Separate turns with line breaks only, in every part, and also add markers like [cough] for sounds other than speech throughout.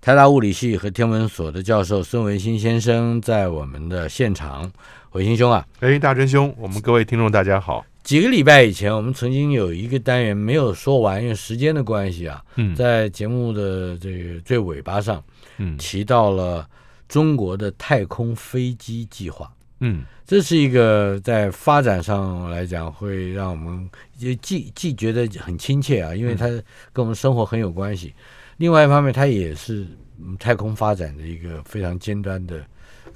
台大物理系和天文所的教授孙维新先生在我们的现场。维新兄啊，
哎，大真兄，我们各位听众大家好。
几个礼拜以前，我们曾经有一个单元没有说完，因为时间的关系啊，
嗯
在节目的这个最尾巴上
嗯
提到了中国的太空飞机计划。
嗯
这是一个在发展上来讲，会让我们也既既觉得很亲切啊，因为它跟我们生活很有关系。另外一方面，它也是嗯太空发展的一个非常尖端的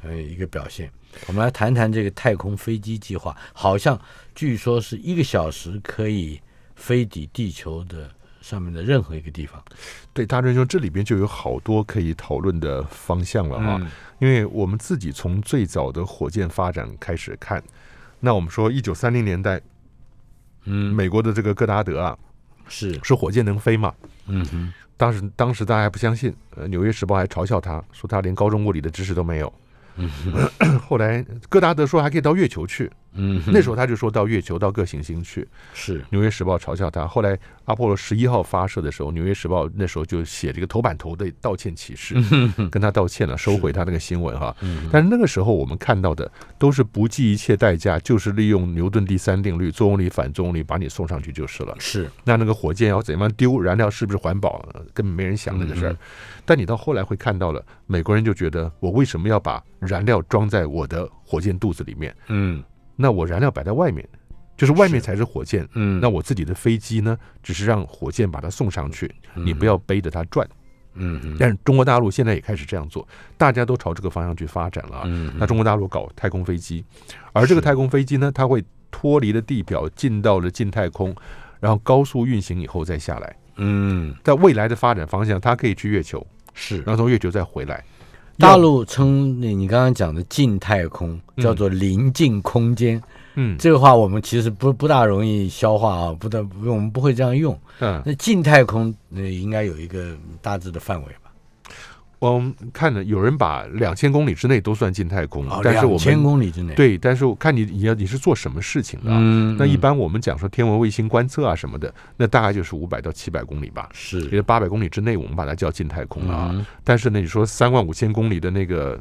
呃一个表现。我们来谈谈这个太空飞机计划，好像据说是一个小时可以飞抵地球的上面的任何一个地方。
对，大真兄，这里边就有好多可以讨论的方向了哈。
嗯
因为我们自己从最早的火箭发展开始看，那我们说一九三零年代，
嗯，
美国的这个戈达德啊，
是，
说火箭能飞嘛？
嗯哼，
当时当时大家还不相信，呃，《纽约时报》还嘲笑他，说他连高中物理的知识都没有。 [clears throat] 后来戈达德说还可以到月球去，
嗯哼，
那时候他就说到月球到各行星去。
是
《纽约时报》嘲笑他。后来阿波罗十一号发射的时候，《纽约时报》那时候就写这个头版头的道歉启事，跟他道歉了，收回他那个新闻哈。但是那个时候我们看到的都是不计一切代价，就是利用牛顿第三定律、作用力反作用力把你送上去就是了。
是，
那那个火箭要怎样丢，燃料是不是环保，呃根本没人想这个事儿。但你到后来会看到了，美国人就觉得我为什么要把燃料装在我的火箭肚子里面？
嗯
那我燃料摆在外面，就是外面
是
才是火箭，
嗯，
那我自己的飞机呢，只是让火箭把它送上去，你不要背着它转。
嗯哼
但是中国大陆现在也开始这样做，大家都朝这个方向去发展了啊。
嗯哼
那中国大陆搞太空飞机，而这个太空飞机呢，它会脱离了地表，进到了近太空，然后高速运行以后再下来。
嗯
在未来的发展方向，它可以去月球，
是。
然后从月球再回来。
大陆称你你刚刚讲的近太空叫做临近空间，
嗯
这个话我们其实不不大容易消化啊，不大我们不会这样用。
嗯，
那近太空那应该有一个大致的范围吧？
我们看了有人把两千公里之内都算近太空，嗯但是我
哦千
们
公里之内。，
对，但是我看你你要你是做什么事情的啊？
嗯，
那一
嗯
般我们讲说天文卫星观测啊什么的，那大概就是五百到七百公里吧，也
是
就八百公里之内，我们把它叫近太空嗯了啊。
嗯
但是呢，你说三万五千公里的那个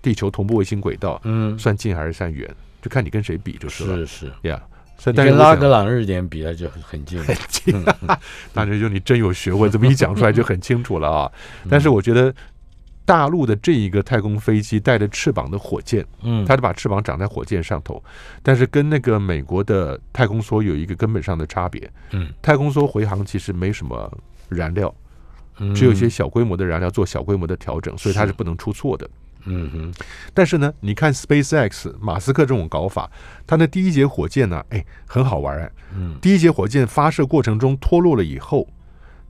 地球同步卫星轨道，
嗯
算近还是算远，就看你跟谁比就是了
是是，
呀。所以，
你
但是
跟
我
拉
想
格朗日点比，它就很很近了。
大学就你真有学问，这么一讲出来就很清楚
[laughs]
了啊。
嗯
但是我觉得。大陆的这一个太空飞机带着翅膀的火箭，
嗯，
它就把翅膀长在火箭上头，但是跟那个美国的太空梭有一个根本上的差别。
嗯，
太空梭回航其实没什么燃料， [laughs]
嗯
只有一些小规模的燃料做小规模的调整，所以它
是
是不能出错的。
嗯哼
但是呢，你看 SpaceX 马斯克这种搞法，它的第一节火箭呢、哎，很好玩哎、
嗯
第一节火箭发射过程中脱落了以后，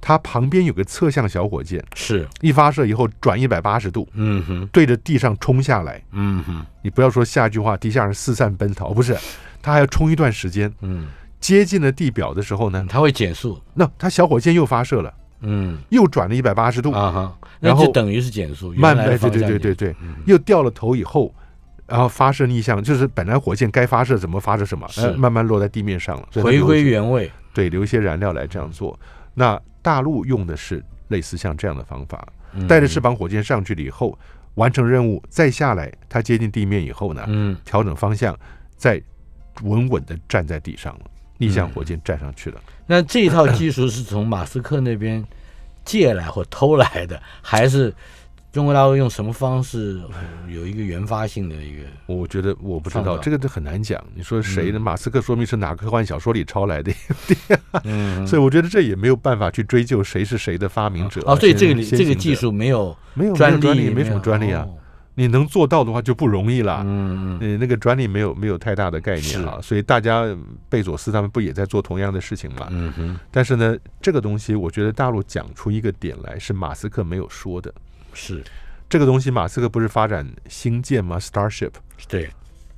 它旁边有个侧向小火箭，
是
一发射以后转一百八十度，
嗯哼
对着地上冲下来。
嗯哼
你不要说下一句话，地下人四散奔逃，不是，它还要冲一段时间。
嗯，
接近了地表的时候呢，
它会减速。
那它小火箭又发射了，
嗯
又转了一百八十度，
啊哈，
然
那
后
就等于是减速，原
慢
来
慢
的
对
方
对
向嗯
对
减
对对，又掉了头以后，然后发射逆向，就是本来火箭该发射怎么发射什么，
是
呃、慢慢落在地面上了，所以它
回
留一
归
些
原位。
对，留一些燃料来这样做。那大陆用的是类似像这样的方法，
嗯
带着翅膀火箭上去了以后，完成任务再下来，它接近地面以后呢，
嗯，
调整方向，再稳稳的站在地上了，逆向火箭站上去了。
那这一套技术是从马斯克那边借来或偷来的， [laughs] 还是中国大陆用什么方式呃有一个原发性的一个？
我觉得我不知
创
道
造
这个都很难讲。你说谁呢？马斯克说明是哪科幻小说里抄来的，
[laughs] 嗯，
[laughs] 所以我觉得这也没有办法去追究谁是谁的发明者。
哦，对，
先
这个里
先
这个
行者
技术没有
没有没有
专
专利，
利，
没什么专利啊。
哦
你能做到的话就不容易了。
嗯嗯
呃，那个专利没有没有太大的概念啊，所以大家嗯贝佐斯他们不也在做同样的事情嘛？
嗯哼，
但是呢，这个东西我觉得大陆讲出一个点来是马斯克没有说的。
是
这个东西马斯克不是发展星舰吗？Starship，
对，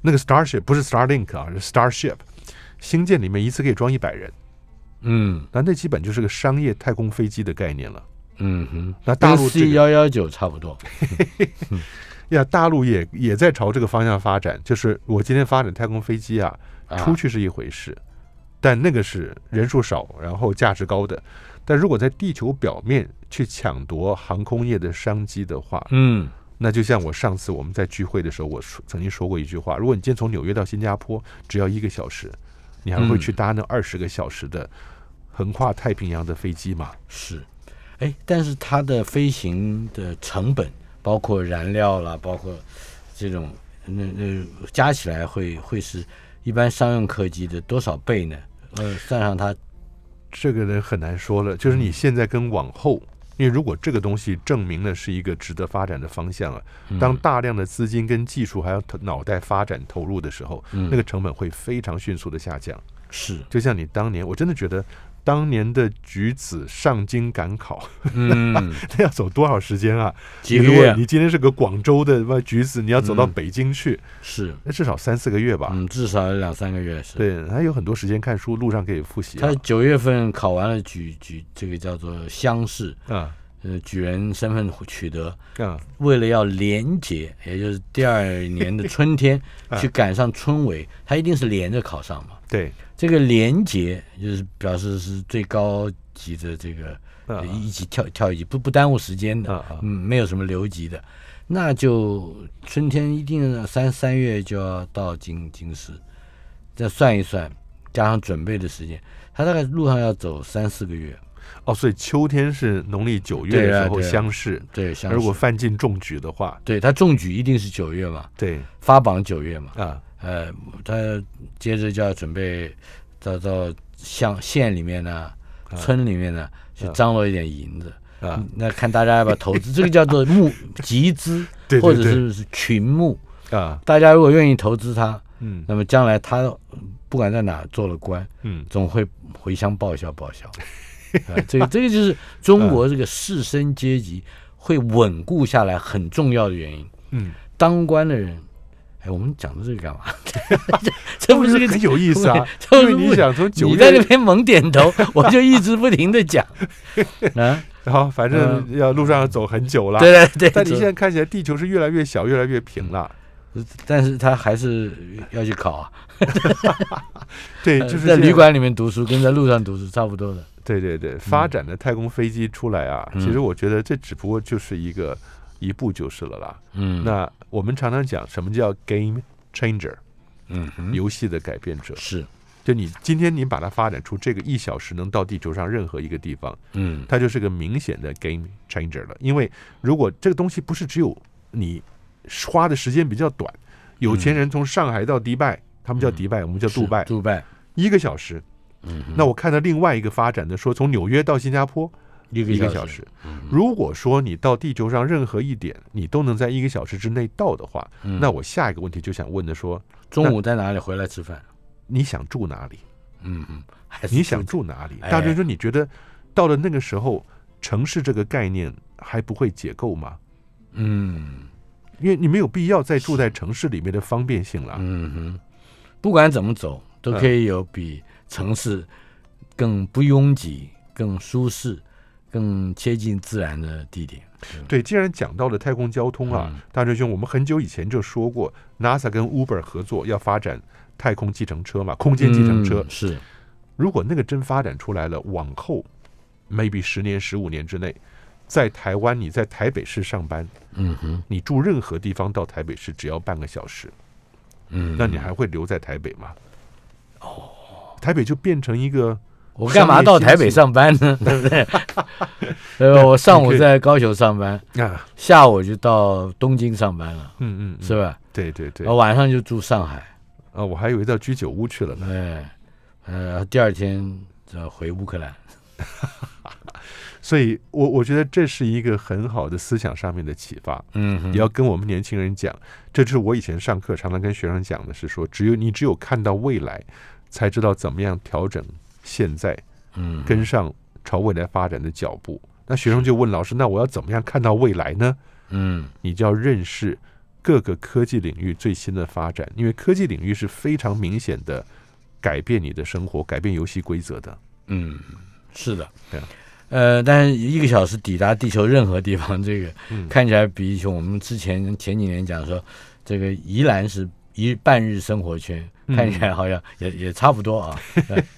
那个 Starship 不是 Starlink 啊，是 Starship，星舰里面一次可以装一百人，
嗯
那那基本就是个商业太空飞机的概念了。
嗯哼，
那大陆
跟 C
这
啊
个
幺幺九差不多，
呀，大陆也也在朝这个方向发展，就是我今天发展太空飞机啊，
啊
出去是一回事，但那个是人数少，然后价值高的。但如果在地球表面去抢夺航空业的商机的话，
嗯
那就像我上次我们在聚会的时候，我说曾经说过一句话：如果你今天从纽约到新加坡只要一个小时，你还会去搭那二十个小时的横跨太平洋的飞机吗？
是，哎，但是它的飞行的成本，包括燃料啦，包括这种那那加起来会会是一般商用客机的多少倍呢？呃，算上它，
这个人很难说了，就是你现在跟往后，因为如果这个东西证明了是一个值得发展的方向啊，
嗯
当大量的资金跟技术还有头脑袋发展投入的时候，那个成本会非常迅速的下降。 [laughs]
是，
就像你当年，我真的觉得当年的举子上京赶考， [laughs]
嗯，
那要走多少时间啊？
几个
如果
月
你今天是个广州的嘛举子，你要走到北京去，
是，
那至少三四个月吧。
嗯，至少有两三个月是。
对，还有很多时间看书，路上可以复习啊。
他九月份考完了举举这个叫做乡试，
啊
呃，举人身份取得，
啊
为了要连结，也就是第二年的春
[laughs]
天
啊
去赶上春闱，他一定是连着考上嘛。
对，
这个连结就是表示是最高级的这个、
啊啊
一级跳跳一级，不不耽误时间的，
啊啊
嗯，没有什么留级的。那就春天一定三三月就要到京京师，再算一算，加上准备的时间，他大概路上要走三四个月。
哦，所以秋天是农历九月
对啊
的时候
对啊
乡试，
对，像
如果
是
范进中举的话，
对他中举一定是九月嘛，
对
发榜九月嘛，
啊，
呃，他接着就要准备到到乡县里面呢、村里面呢去张罗一点银子。
啊
嗯那看大家要不要投
[laughs]
资，这个叫做募集资，
对对
或者
对
是是群募。
啊，
大家如果愿意投资他，
嗯
那么将来他嗯不管在哪儿做了官，
嗯，
总会回乡报效报
[laughs]
效。啊，这个这个就是中国这个士绅阶级会稳固下来很重要的原因。
嗯，
当官的人，哎，我们讲到这个干
[laughs]
嘛？这这不是
就
个，
很有意思啊
这
[laughs]
不
因
是
为你
问
想从九
你在那
月，
边猛点头，
[laughs]
我就一直不停的讲啊，
然后反正要路上要走很久
嗯
了，
对对对。
但你
这
现在看起来地球是越来越小，越来越平了，
但是他还是要去考啊，呃
对，就是
在
现
旅，馆里面读书，跟在路上读书差不多的。
对对对，发展的太空飞机出来啊，
嗯
其实我觉得这只不过就是一个一步就是了啦。
嗯，
那我们常常讲什么叫 game changer，
嗯哼，
游戏的改变者，
是，
就你今天你把它发展出这个一小时能到地球上任何一个地方，
嗯
它就是个明显的 game changer 了。因为如果这个东西不是只有你花的时间比较短，有钱人从上海到迪拜，他们叫迪拜，我们叫杜拜
是，杜拜
一个小时。
嗯
那我看到另外一个发展的说，从纽约到新加坡
一
一个
个
小时
时，。嗯
如果说你到地球上任何一点，你都能在一个小时之内到的话，
嗯
那我下一个问题就想问的说，
中午在哪里回来吃饭？
你想住哪里？
嗯嗯，还是
你想住哪里？
哎
大春说，你觉得到了那个时候，城市这个概念还不会解构吗？
嗯
因为你没有必要再住在城市里面的方便性了。
嗯哼，不管怎么走，都
嗯
可以有比城市更不拥挤、更舒适、更接近自然的地点。
对，既然讲到了太空交通
嗯
啊，大春兄，我们很久以前就说过，NASA 跟 Uber 合作要发展太空计程车嘛，空间计程车。
嗯是，
如果那个真发展出来了，往后 maybe 十年、十五年之内，在台湾你在台北市上班，
嗯哼，
你住任何地方到台北市只要半个小时，
嗯，
那你还会留在台北吗？哦，台北就变成一个
我干嘛到台北上班
[laughs]
呢？对不对？呃，我上午在高雄上班，
啊，
下午就到东京上班了，
嗯嗯，
是哦吧？
对对对
然，后晚上就住上海，
啊，我还以为到居酒屋去了呢。
哎，呃，第二天呃回乌克兰，
所以我我觉得这是一个很好的思想上面的启发，
嗯哼
也要跟我们年轻人讲。这就是我以前上课常常跟学生讲的是说，只有你只有看到未来，才知道怎么样调整现在，
嗯哼，
跟上朝未来发展的脚步。那学生就问老师：“那我要怎么样看到未来呢
嗯？”
你就要认识各个科技领域最新的发展，因为科技领域是非常明显的改变你的生活、改变游戏规则的。
嗯，是的
对啊，
呃，但是一个小时抵达地球任何地方，这个、
嗯
看起来比起我们之前前几年讲说，这个宜兰是一半日生活圈，
嗯
看起来好像也也差不多
[laughs]
啊。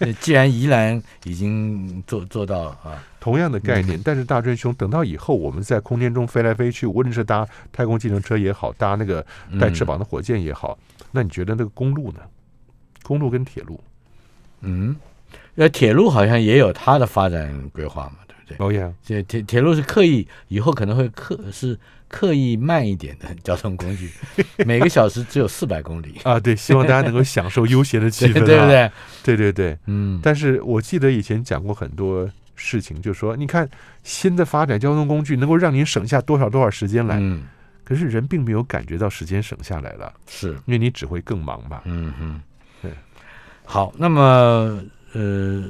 呃既然宜兰已经做做到了
[laughs]
啊，
同样的概念，但是大真兄，等到以后我们在空间中飞来飞去，无论是搭太空计程车也好，搭那个
嗯
带翅膀的火箭也好，那你觉得那个公路呢？公路跟铁路，
嗯，呃，铁路好像也有它的发展规划嘛，对不对？
哦耶，
这铁铁路是刻意以后可能会刻是刻意慢一点的交通工
[laughs]
具，每个小时只有四百公里，
啊，对，希望大家能够享受悠闲的气
对 [laughs]
氛、
对
啊，
不对？
对对对。
嗯，
但是我记得以前讲过很多事情，就说你看新的发展交通工具能够让您省下多少多少时间来，
嗯，
可是人并没有感觉到时间省下来了，
是，
因为你只会更忙吧。
嗯哼，
对。
好，那么呃，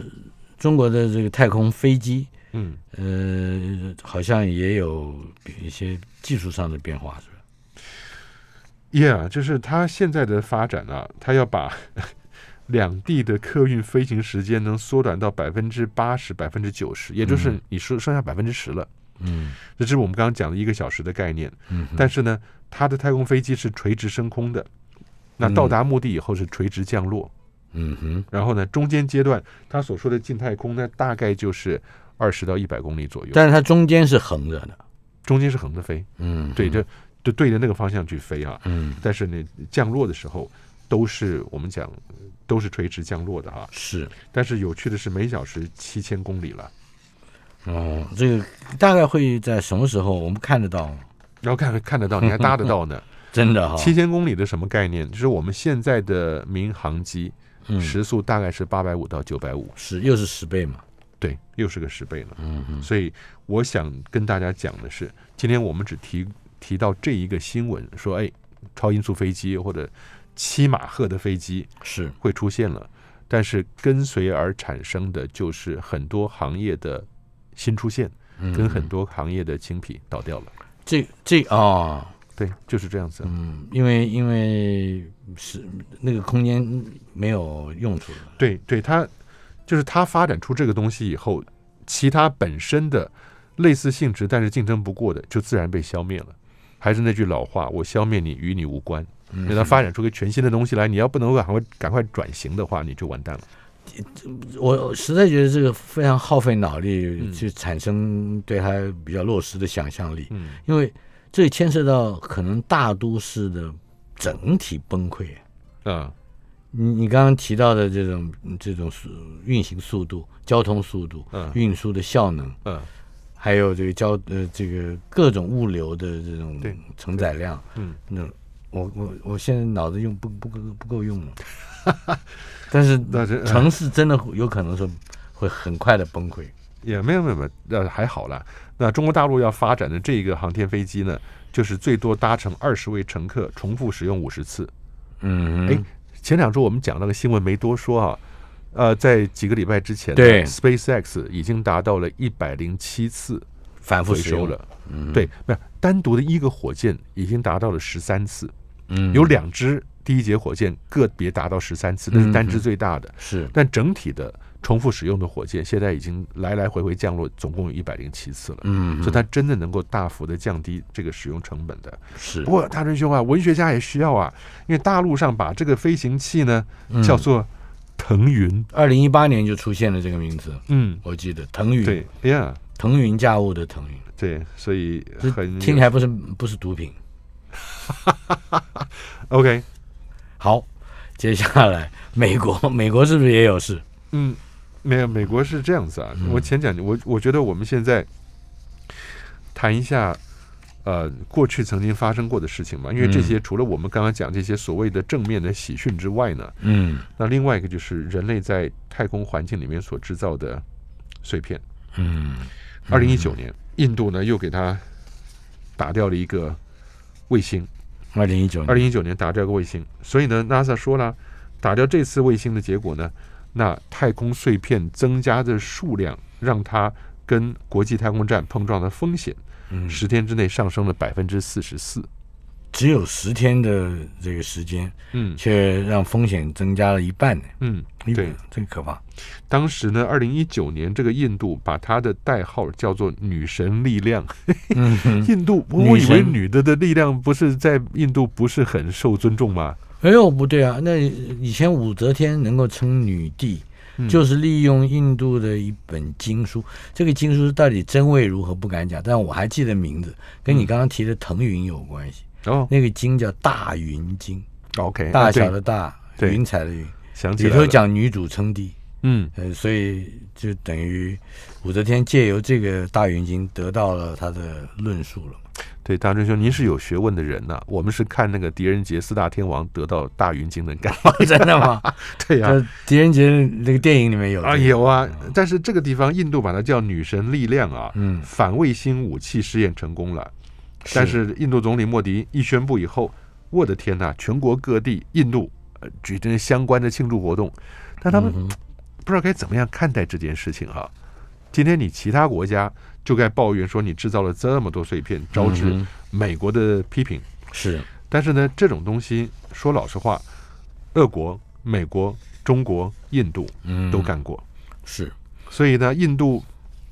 中国的这个太空飞机，
嗯，
呃，好像也有一些技术上的变化，是吧？
Yeah，就是它现在的发展啊，它要把 [laughs] 两地的客运飞行时间能缩短到百分之八十、百分之九十，也就是
嗯
你剩剩下百分之十了。
嗯
这是我们刚刚讲的一个小时的概念。
嗯哼，
但是呢，它的太空飞机是垂直升空的，那
嗯
到达目的以后是垂直降落。
嗯哼，
然后呢，中间阶段它所说的近太空呢，大概就是二十到一百公里左右，
但是它中间是横着的，
中间是横着飞，
嗯，
对着就对着那个方向去飞啊。
嗯，
但是呢，降落的时候都是我们讲都是垂直降落的哈。
是。
但是有趣的是，每小时七千公里了。
哦，这个大概会在什么时候我们看得到吗？
然后看看得到，你还搭得到呢？
真的哈、
七千公里的什么概念？就是我们现在的民航机
嗯，
时速大概是八百五到九百五，
十又是十倍嘛，
对，又是个十倍了。
嗯嗯
所以我想跟大家讲的是，今天我们只提提到这一个新闻，说哎，超音速飞机或者七马赫的飞机
是，
会出现了，但是跟随而产生的就是很多行业的新出现，
嗯
跟很多行业的精品倒掉了。
这这哦，
对，就是这样子。啊
嗯，因为因为是那个空间没有用处了，
对对，它就是它发展出这个东西以后，其他本身的类似性质但是竞争不过的，就自然被消灭了。还是那句老话，我消灭你与你无关。
嗯
因为它发展出个全新的东西来，你要不能够赶快赶快转型的话，你就完蛋了。
我实在觉得这个非常耗费脑力，
嗯
去产生对它比较落实的想象力，
嗯，
因为这牵涉到可能大都市的整体崩溃。
啊，
你你刚刚提到的这种这种速运行速度、交通速度、
嗯
运输的效能，
嗯，
还有这个交呃这个各种物流的这种
对
承载量，
嗯，
那我我我现在脑子用不不够不够用了，但是
那这呃
城市真的会有可能说会很快的崩溃，
也没有没有没有，那还好啦。那中国大陆要发展的这个航天飞机呢，就是最多搭乘二十位乘客，重复使用五十次。
嗯
哎前两周我们讲那个新闻没多说啊，呃，在几个礼拜之前呢，
对
，SpaceX 已经达到了一百零七次
反复
回
使
收
用，
了，对，没有单独的一个火箭已经达到了十三次，
嗯，
有两支第一节火箭个别达到十三次，那是单支
嗯
最大的，
是
但整体的重复使用的火箭现在已经来来回回降落，总共有一百零七次了。
嗯
所以它真的能够大幅的降低这个使用成本的。
是
不过，大真兄啊，文学家也需要啊，因为大陆上把这个飞行器呢
嗯
叫做腾云。
二零一八年就出现了这个名字，
嗯，
我记得腾云
对呀，
腾云驾雾的腾云。
对，所以
这
很
听起来不是不是毒品。
OK。
好，接下来美国，美国是不是也有事？
嗯，没有，美国是这样子啊。
嗯
我前讲，我我觉得我们现在谈一下，呃，过去曾经发生过的事情嘛，因为
嗯
这些除了我们刚刚讲这些所谓的正面的喜讯之外呢，
嗯
那另外一个就是人类在太空环境里面所制造的碎片。
嗯
二零一九年，印度呢又给它打掉了一个卫星。
二零一九
二
年，
零一九年打掉个卫星，所以呢，NASA 说了，打掉这次卫星的结果呢，那太空碎片增加的数量让它跟国际太空站碰撞的风险，
嗯
十天之内上升了百分之四十四。
只有十天的这个时间，
嗯
却让风险增加了一半呢，
嗯，
一
对。，
这个可
[laughs]
怕。
当时呢，二零一九年，这个印度把它的代号叫做“女神力量”。
嗯哼，
印度，我
女
以为
神
女的的力量不是在印度不是很受尊重吗？
哎呦，不对啊，那以前武则天能够称女帝，
嗯
就是利用印度的一本经书，这个经书到底真伪如何不敢讲，但我还记得名字，跟你刚刚提的腾云有关系。
哦
那个经叫《大云经》，
，OK，
嗯大
啊对
小的大，
对
云彩的云，
想起
里
来
头
了，
讲女主称帝，
嗯
呃，所以就等于武则天借由这个《大云经》得到了她的论述了。
对，大真兄，您是有学问的人呐、我们是看那个狄仁杰四大天王得到大云经的干嘛？
[laughs]
[laughs]
真的吗？
对呀、
就狄仁杰那个电影里面有
啊，
这个
有啊，但是这个地方印度把它叫女神力量啊，
嗯
反卫星武器试验成功了，
是
但是印度总理莫迪一宣布以后，我的天呐，全国各地印度呃举行相关的庆祝活动，但他们
嗯哼
不知道该怎么样看待这件事情哈、今天你其他国家就该抱怨说你制造了这么多碎片，招致
嗯哼
美国的批评。
是
但是呢，这种东西说老实话，俄国、美国、中国、印度
嗯
都干过。
是
所以呢，印度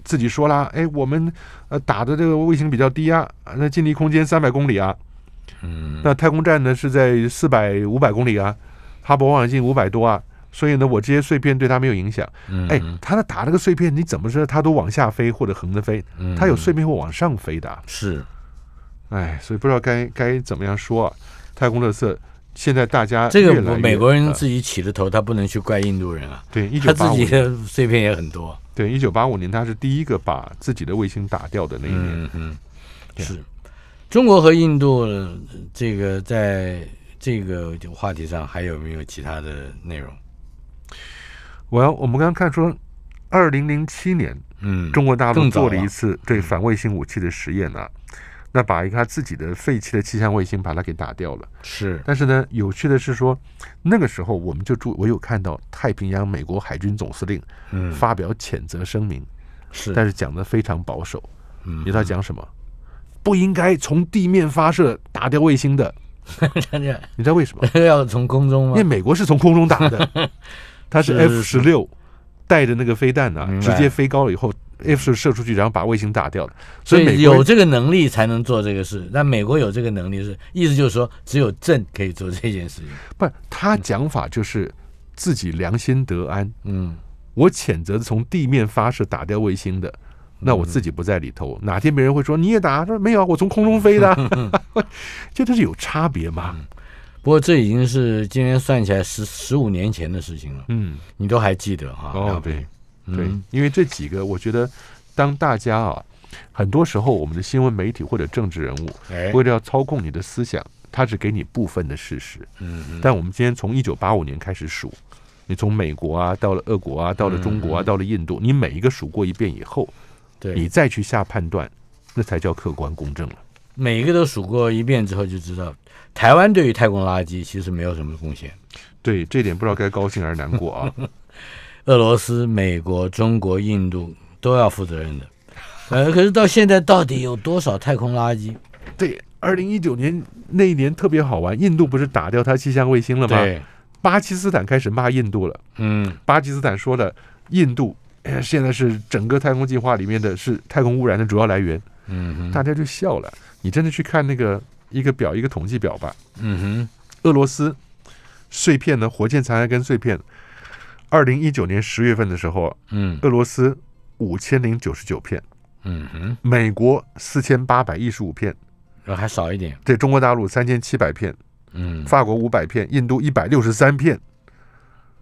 自己说啦，哎，我们呃打的这个卫星比较低啊，啊那近离空间三百公里啊，
嗯
那太空站呢是在四百五百公里啊，哈勃望远镜五百多啊，所以呢，我这些碎片对它没有影响。
嗯
哎，它打那个碎片，你怎么知道它都往下飞或者横着飞？
嗯
它有碎片会往上飞的啊、
是
哎，所以不知道该该怎么样说啊。太空垃圾现在大家
这
越来
个
越
美国人
呃
自己起的头，他不能去怪印度人啊，
对一
他
九
自
八五
己的碎片也很多。
对一九八五年，他是第一个把自己的卫星打掉的那一年。
嗯嗯，
对
是。中国和印度呃这个在这个话题上还有没有其他的内容？
我要我们刚刚看说，二零零七年
嗯，
中国大陆
更早
做
了嗯
了一次对反卫星武器的实验啊，那把一个他自己的废弃的气象卫星把它给打掉了。
是
但是呢，有趣的是说，那个时候我们就注我有看到太平洋美国海军总司令
嗯
发表谴责声明，
是，
但
是
是讲的非常保守。你
嗯
知，道他讲什么？不应该从地面发射打掉卫星的。你知道为什么？
[laughs] 要从空中
因
吗
为？美国是从空中
[laughs]
打的，它是
是嗯
F
是
十六带着那个飞弹啊，
明白
直接飞高了以后，F 是射出去，然后把卫星打掉的。所
所
以美
以有
国人
这个能力才能做这个事。那美国有这个能力是，意思就是说，只有朕可以做这件事情。
不，他讲法就是自己良心得安。
嗯，
我谴责从地面发射打掉卫星的，那我自己不在里头，哪天别人会说你也打？他说没有啊，我从空中飞
[laughs]
的 [laughs] 啊。这这是有差别吗？
不过这已经是今天算起来十十五年前的事情了，
嗯，
你都还记得哈？
哦
廖，
对
培，，
对
嗯，
因为这几个，我觉得当大家啊，很多时候我们的新闻媒体或者政治人物，
哎，
为了要操控你的思想，他只给你部分的事实。
嗯
但我们今天从一九八五年开始数，你从美国啊，到了俄国啊，到了中
嗯
国啊，到了印度，你每一个数过一遍以后，你
对，
再去下判断，那才叫客观公正了。
每一个都数过一遍之后就知道，台湾对于太空垃圾其实没有什么贡献。
对，这点不知道该高兴还是难过 [laughs] 啊。
俄罗斯、美国、中国、印度都要负责任的。呃，可是到现在到底有多少太空垃圾？
对，二零一九年那一年特别好玩，印度不是打掉它气象卫星了吗？
对，
巴基斯坦开始骂印度了。
嗯，
巴基斯坦说了，印度呃现在是整个太空计划里面的是太空污染的主要来源，
嗯
大
哼，
家就笑了。你真的去看那个一个表一个统计表吧，
嗯哼，
俄罗斯碎片呢，火箭残骸跟碎片，二零一九年十月份的时候，
嗯
俄罗斯五千零九十九片，
嗯哼，
美国四千八百一十五片，
然后还少一点，
对中国大陆三千七百片，
嗯，
法国五百片，印度一百六十三片，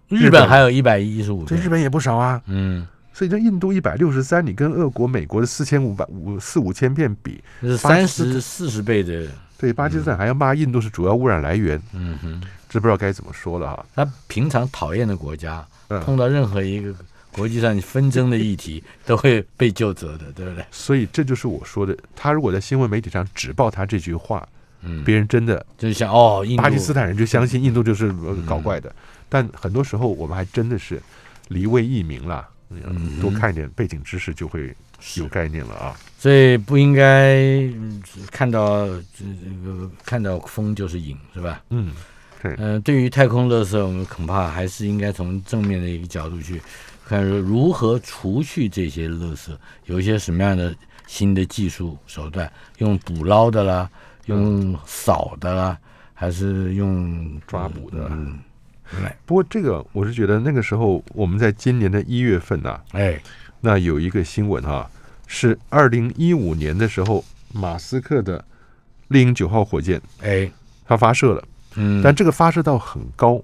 日本还有一百一十五
这日
片，
本也不少啊。
嗯，
所以这印度一百六十三，你跟俄国、美国的四千五百五四五千片比，
这是
巴基
三
斯坦
十四十倍的，
对，巴基斯坦还要骂印度是主要污染来源，
嗯哼，
这不知道该怎么说了啊哈。
他平常讨厌的国家，
嗯，
碰到任何一个国际上纷争的议题，都会被就责的，对不对？
所以这就是我说的，他如果在新闻媒体上只报他这句话，
嗯，
别人真的
就是像哦，印度嗯
巴基斯坦人就相信印度就是呃搞怪的。但很多时候我们还真的是离位易明啦，嗯多看一点背景知识就会有
嗯是
概念了啊。
所以不应该嗯看到这个看到风就是影，是吧？
嗯，对，
嗯、对于太空垃圾，我们恐怕还是应该从正面的一个角度去看，说如何除去这些垃圾，有一些什么样的新的技术手段，用捕捞的啦，用扫的啦，还是用
抓捕的
嗯，来，
不过这个我是觉得那个时候我们在今年的一月份呐、
哎，
那有一个新闻哈、是二零一五年的时候，马斯克的猎鹰九号火箭
哎，
它发射了，
嗯，
但这个发射到很高，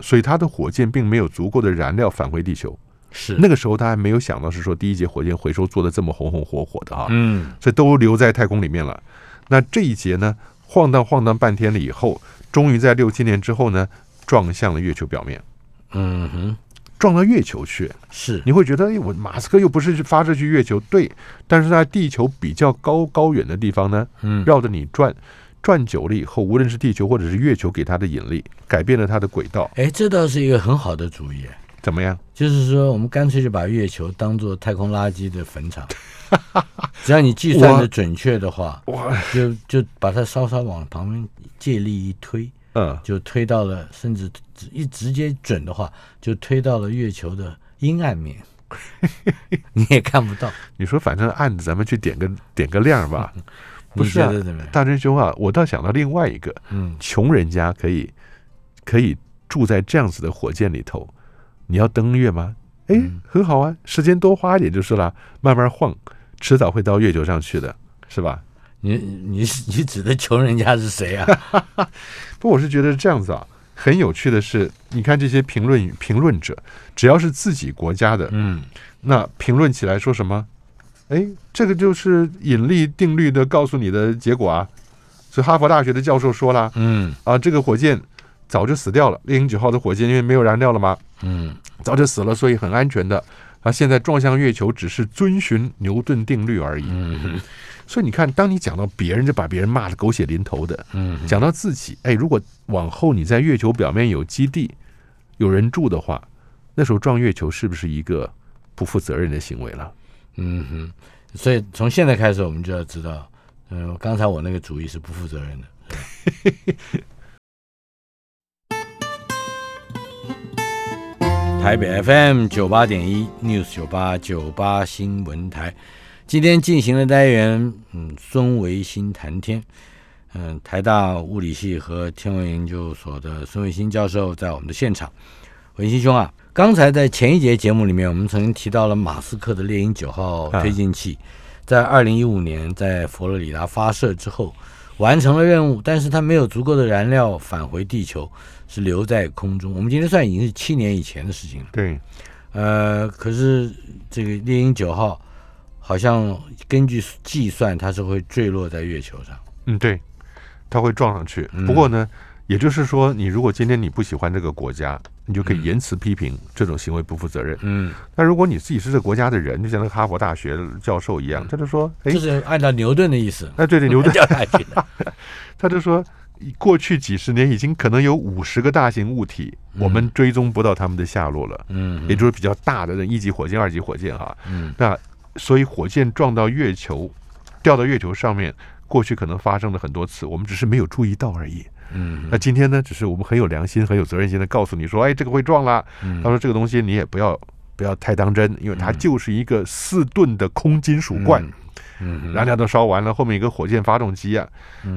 所以它的火箭并没有足够的燃料返回地球。
是
那个时候他还没有想到是说第一节火箭回收做的这么红红火火的哈、
嗯，
所以都留在太空里面了。那这一节呢，晃荡晃荡半天了以后，终于在六七年之后呢，撞向了月球表面，
嗯哼，
撞到月球去。
是，
你会觉得，哎，我马斯克又不是发射去月球，对，但是在地球比较高高远的地方呢，
嗯，
绕着你转，转久了以后，无论是地球或者是月球给它的引力，改变了它的轨道，
哎，这倒是一个很好的主意，
怎么样？
就是说，我们干脆就把月球当做太空垃圾的坟 [laughs] 场，只要你计
我
算的准确的话，
哇，
就就把它稍稍往旁边借力一推，
嗯，
就推到了，甚至直一直接准的话，就推到了月球的阴暗 [laughs] 面，你也看不到。
你说反正案子咱们去点个点个亮吧，不
你
是
觉
啊
得怎么样？
大真兄啊，我倒想到另外一个，
嗯，
穷人家可以可以住在这样子的火箭里头，你要登月吗？哎，很好啊，时间多花一点就是啦，慢慢晃，迟早会到月球上去的，是吧？
你你你指的穷人家是谁啊？
不，我是觉得这样子啊，很有趣的是，你看这些评论评论者，只要是自己国家的，
嗯，
那评论起来说什么？哎，这个就是引力定律的告诉你的结果啊。所以哈佛大学的教授说啦，
嗯
啊，这个火箭早就死掉了，猎鹰九号的火箭因为没有燃料了嘛，
嗯，
早就死了，所以很安全的。啊，现在撞向月球只是遵循牛顿定律而已。
嗯
所以你看，当你讲到别人，就把别人骂得狗血淋头的；
嗯
讲到自己，哎，如果往后你在月球表面有基地、有人住的话，那时候撞月球是不是一个不负责任的行为了？
嗯哼，所以从现在开始，我们就要知道，嗯、刚才我那个主意是不负责任的。台北 FM 九八点一 News 九八九八新闻台，今天进行的单元，嗯，孙维新谈天，嗯，台大物理系和天文研究所的孙维新教授在我们的现场。文新兄啊，刚才在前一节节目里面，我们曾经提到了马斯克的猎鹰九号推进器，在二零一五年在佛罗里达发射之后完成了任务，但是它没有足够的燃料返回地球，是留在空中。我们今天算已经是七年以前的事情了。
对，
呃，可是这个猎鹰九号好像根据计算，它是会坠落在月球上。
嗯，对，它会撞上去
嗯。
不过呢，也就是说，你如果今天你不喜欢这个国家，你就可以言辞批评这种行为不负责任。
嗯，
那如果你自己是这个国家的人，就像那个哈佛大学教授一样，他就说，哎
就，嗯是按照牛顿的意思
哎，对对，牛顿，
掉下去的。
他就说，过去几十年已经可能有五十个大型物体，我们追踪不到他们的下落了，
嗯
也就是比较大的那一级火箭、二级火箭哈。
嗯
那所以火箭撞到月球，掉到月球上面，过去可能发生了很多次，我们只是没有注意到而已。
嗯
那今天呢，只是我们很有良心、很有责任心的告诉你说，哎，这个会撞啦。
嗯
他说这个东西你也不要不要太当真，因为它就是一个四吨的空金属罐，
嗯
燃料都烧完了，后面一个火箭发动机啊，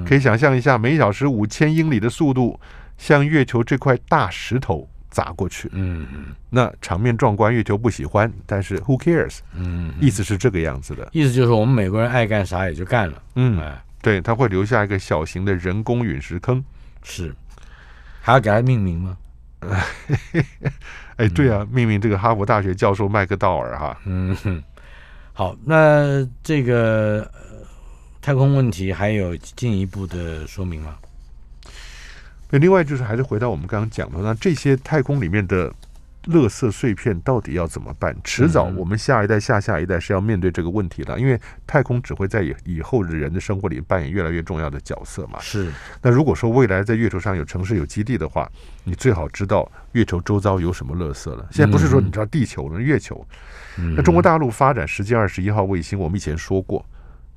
可以想象一下每小时五千英里的速度向月球这块大石头砸过去，
嗯
那场面壮观，月球不喜欢，但是 who cares，
嗯，
意思是这个样子的。
意思就是我们美国人爱干啥也就干了，
嗯，
哎，
对，它会留下一个小型的人工陨石坑。
是，还要给他命名吗？
哎，对啊，命名这个哈佛大学教授麦克道尔哈，
嗯，哼，好，那这个、呃太空问题还有进一步的说明吗？
那另外就是还是回到我们刚刚讲的，那这些太空里面的垃圾碎片到底要怎么办？迟早
嗯
我们下一代、下下一代是要面对这个问题的，因为太空只会在以以后的人的生活里扮演越来越重要的角色嘛。
是，
那如果说未来在月球上有城市、有基地的话，你最好知道月球周遭有什么垃圾了。现在不是说你知道地球了，月球。
嗯
那中国大陆发展“十际二十一号”卫星，我们以前说过，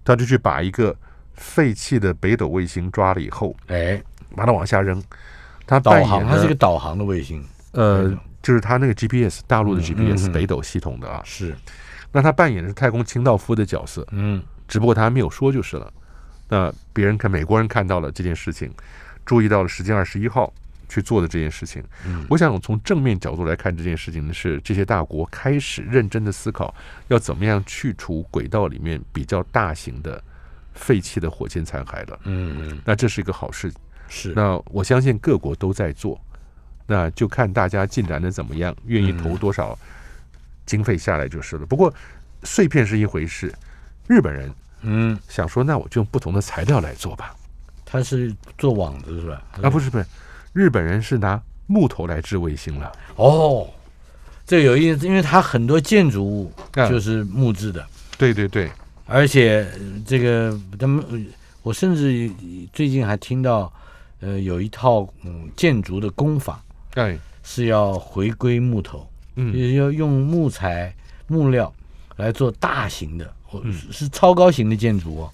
他就去把一个废弃的北斗卫星抓了以后，
哎，
把它往下扔。他
导
扮演
航，它
了
是一个导航的卫星，
呃，就是他那个 GPS 大陆的
嗯
GPS、
嗯嗯
北斗系统的啊，
是，
那他扮演的是太空清道夫的角色，
嗯，
只不过他还没有说就是了。那别人看美国人看到了这件事情，注意到了时间二十一号去做的这件事情。
嗯
我想从正面角度来看这件事情呢，是这些大国开始认真的思考要怎么样去除轨道里面比较大型的废弃的火箭残骸了。
嗯嗯，
那这是一个好事
是，
那我相信各国都在做，那就看大家进展的怎么样，愿意
嗯
投多少经费下来就是了。不过碎片是一回事，日本人
嗯，
想说，那我就用不同的材料来做吧。
它是做网子是吧？
啊，不是不是，日本人是拿木头来制卫星了。
哦，这有意思，因为它很多建筑物
啊
就是木质的，
对对对，
而且呃这个他们，呃我甚至最近还听到，呃，有一套嗯建筑的工法
哎，
是要回归木头，
嗯，
也要用木材木料来做大型的，哦
嗯
是是超高型的建筑哦。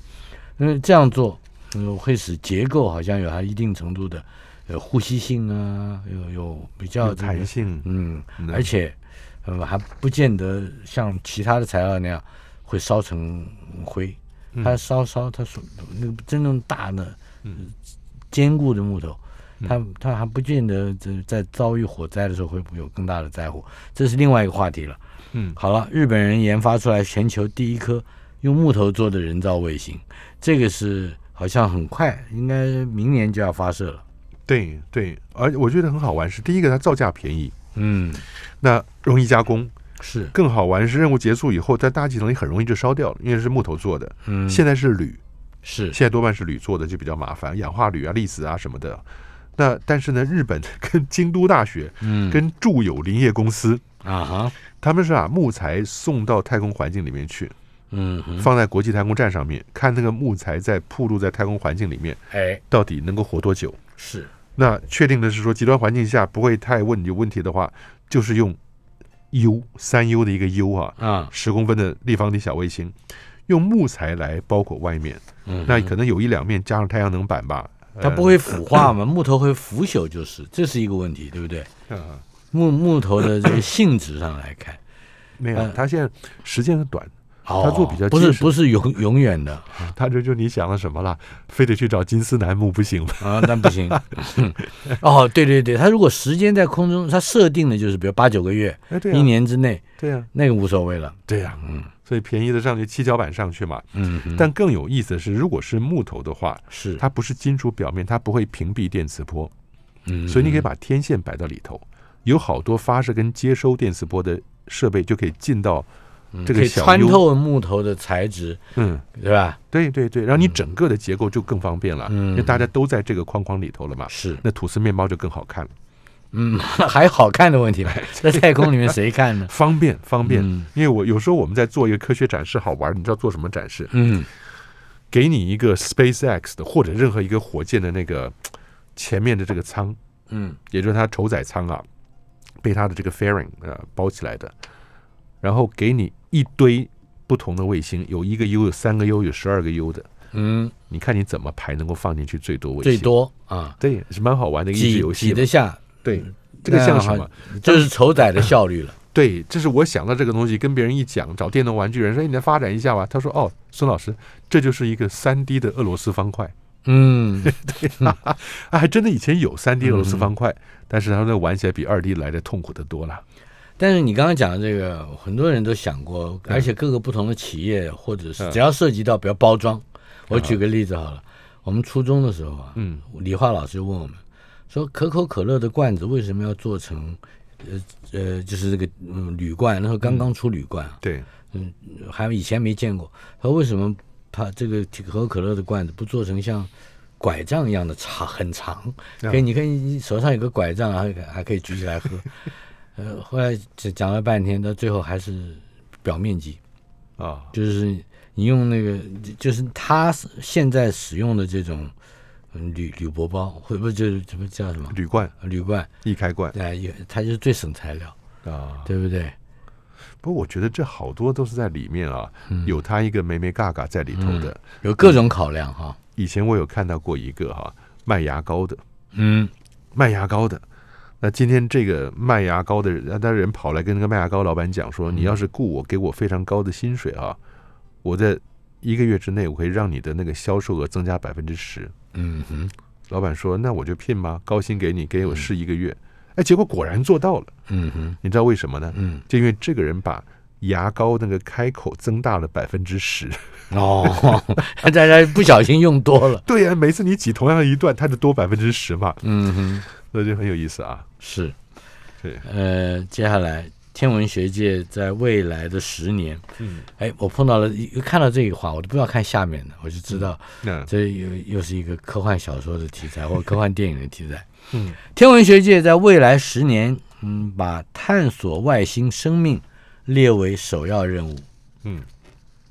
因为这样做，嗯，会使结构好像有它一定程度的，呃，呼吸性啊，有有比较
有
这个
弹性，
嗯，
嗯
而且，呃，还不见得像其他的材料那样会烧成灰，它烧烧它说那个真正大的、呃
嗯
坚固的木头，它它还不见得在在遭遇火灾的时候会不会有更大的灾祸，这是另外一个话题了。
嗯
好了，日本人研发出来全球第一颗用木头做的人造卫星，这个是好像很快，应该明年就要发射了。
对对，而我觉得很好玩是第一个，它造价便宜，
嗯，
那容易加工。
是，
更好玩是任务结束以后，在大气层里很容易就烧掉了，因为是木头做的。
嗯，
现在是铝，
是，
现在多半是铝做的，就比较麻烦，氧化铝啊、粒子啊什么的。那但是呢，日本跟京都大学、
嗯，
跟住友林业公司， [laughs]
啊哈，
他们是把木材送到太空环境里面去，
嗯哼，
放在国际太空站上面，看那个木材在暴露在太空环境里面
哎，
到底能够活多久。
是，
那确定的是说，极端环境下不会太问有问题的话，就是用 U 三 U 的一个 U 啊，
啊，
十公分的立方体小卫星，用木材来包裹外面，
嗯
那可能有一两面加上太阳能板吧。
它不
会。
会腐化
[coughs]
嘛？木头会腐朽，就是这是一个问题，对不对？
啊，
木木头的这个性质上来看，
没有，
嗯
他现在时间很短，
哦
[coughs] 它做比较
不是
结实
不是永永远的
他这就你想了什么了？非得去找金丝楠木不行吗？
啊，但不行。哦，对对对，它如果时间在空中，它设定的就是比如八九个月、
哎，对
一
呀，
年之内，
对呀，
那个无所谓了。
对呀，嗯，所以便宜的上去七巧板上去嘛。
嗯哼，
但更有意思的是，如果是木头的话，
是
它不是金属表面，它不会屏蔽电磁波，
嗯，
所以你可以把天线摆到里头，有好多发射跟接收电磁波的设备就可以进到
嗯
这
可
个
以
小
穿
U
透木头的材质，
嗯。
对吧？
对对对，然后你整个的结构就更方便了，
嗯
因为大家都在这个框框里头了嘛，
是，
那吐司面包就更好看了，
嗯， [laughs] 还好看的问
[laughs]
题嘛，在太空里面谁看呢？
方便方便。
嗯
因为我有时候我们在做一个科学展示，好玩，你知道做什么展示？
嗯，
给你一个 SpaceX 的或者任何一个火箭的那个嘖前面的这个舱，
嗯，
也就是它头载舱啊，被它的这个 fairing 呃包起来的，然后给你一堆不同的卫星，有一个 U，有三个 U，有十二个 U 的，
嗯，
你看你怎么排能够放进去最多卫星？
最多啊，
对，是蛮好玩的一个益智
挤
游戏
挤
嘛。
得下，
对，这个像什
那
么？
[laughs] 就是筹载的效率了。
对，这是我想到这个东西，跟别人一讲，找电动玩具人说：“哎，你来发展一下吧。”他说：“哦，孙老师，这就是一个三 D 的俄罗斯方块。
[laughs]
[laughs]
嗯，
啊，还真的以前有三 D 俄罗斯方块，但是他们玩起来比二 D 来的痛苦的多了。
[laughs] 但是你刚刚讲的这个，很多人都想过，
嗯
而且各个不同的企业或者是
嗯
只要涉及到比如包装，我举个例子好了，我们初中的时候啊，
嗯，
理化老师问我们说，可口可乐的罐子为什么要做成？呃呃，就是这个嗯铝罐，那时候刚刚出铝罐啊，
对，
还以前没见过。他为什么他这个可口可乐的罐子不做成像拐杖一样的长很长？
啊
可以，你可以你手上有个拐杖，还可以还可以举起来
[laughs]
喝。呃，后来只讲了半天，到最后还是表面积，
啊，
就是你用那个，就是他现在使用的这种嗯铝铝箔包，会不会就是什么叫什么
铝罐、
铝罐？
易开罐
哎、也它就是最省材料，
啊，
对不对？
不过我觉得这好多都是在里面啊，有他一个梅梅嘎嘎在里头的。
有各种考量哈。
以前我有看到过一个哈、卖牙膏的，
嗯，
卖牙膏的。那今天这个卖牙膏的人，那人跑来跟那个卖牙膏老板讲说：“你要是雇我，给我非常高的薪水啊，我在一个月之内，我可以让你的那个销售额增加百分之十。”
嗯哼，
老板说：“那我就聘吧，高薪给你，给我试一个月。”哎，结果果然做到了。
嗯哼，
你知道为什么呢？
嗯，
就因为这个人把牙膏那个开口增大了百分之十。 [laughs]
哦， [laughs] 大家不小心用多了。
对呀、每次你挤同样一段，它就多百分之十嘛，
嗯哼。
那就很有意思啊。
是，
对
呃，接下来天文学界在未来的十年，
嗯，
哎，我碰到了一看到这个话，我都不要看下面的，我就知道
那
这又又是一个科幻小说的题材或 [laughs] 科幻电影的题材。
嗯，
天文学界在未来十年，嗯，把探索外星生命列为首要任务。
嗯，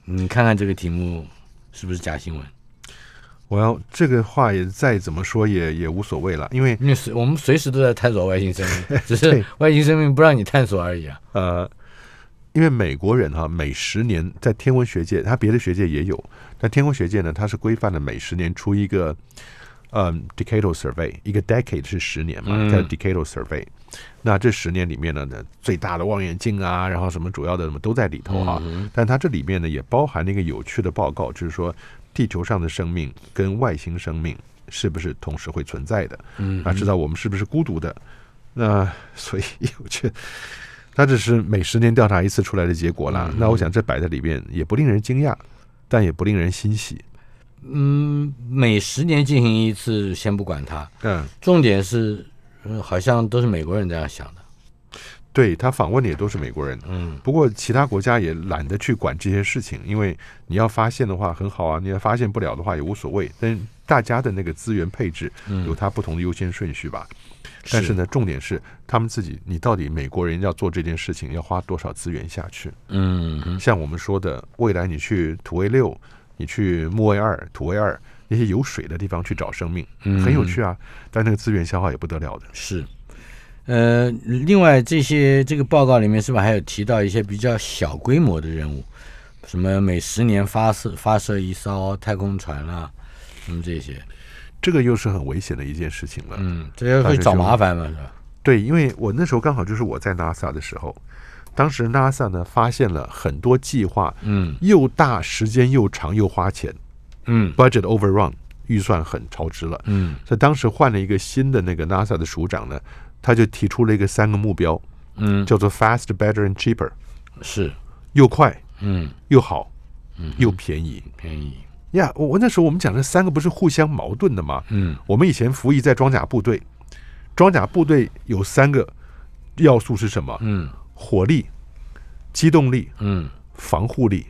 你看看这个题目是不是假新闻？
我要这个话也再怎么说也也无所谓了，因为
因为随我们随时都在探索外星生命，只是
对
外星生命不让你探索而已啊。
呃，因为美国人哈、每十年在天文学界，他别的学界也有，但天文学界呢，它是规范的每十年出一个，嗯，decadal survey，一个 decade 是十年嘛，
嗯
叫 decadal survey。那这十年里面呢，最大的望远镜啊，然后什么主要的什么都在里头哈、但它这里面呢，也包含了一个有趣的报告，就是说地球上的生命跟外星生命是不是同时会存在的？
嗯
啊，知道我们是不是孤独的？那所以我觉得，它只是每十年调查一次出来的结果啦。那我想这摆在里面也不令人惊讶，但也不令人欣喜。
嗯，每十年进行一次，先不管它。
嗯，
重点是，嗯，好像都是美国人这样想的。
对他访问的也都是美国人，
嗯
不过其他国家也懒得去管这些事情，因为你要发现的话很好啊，你要发现不了的话也无所谓。但大家的那个资源配置有它不同的优先顺序吧。但是呢，重点是他们自己，你到底美国人要做这件事情要花多少资源下去？
嗯哼
像我们说的，未来你去土卫六，你去木卫二、土卫二那些有水的地方去找生命，很有趣啊。但那个资源消耗也不得了的。
是。呃，另外这些这个报告里面是不是还有提到一些比较小规模的任务，什么每十年发射发射一艘太空船啦、什么这些？
这个又是很危险的一件事情了。
嗯，这些会找麻烦嘛，是吧？
对，因为我那时候刚好就是我在 NASA 的时候，当时 NASA 呢发现了很多计划
嗯
又大、时间又长又花钱
嗯
，budget overrun，预算很超支了。
嗯
所以当时换了一个新的那个 NASA 的署长呢，他就提出了一个三个目标，
嗯，
叫做 fast、better and cheaper，
是
又快
嗯
又好，又便宜。
便宜
呀，我我那时候我们讲这三个不是互相矛盾的吗？
嗯，
我们以前服役在装甲部队，装甲部队有三个要素是什么？
嗯
火力、机动力、
嗯，
防护力。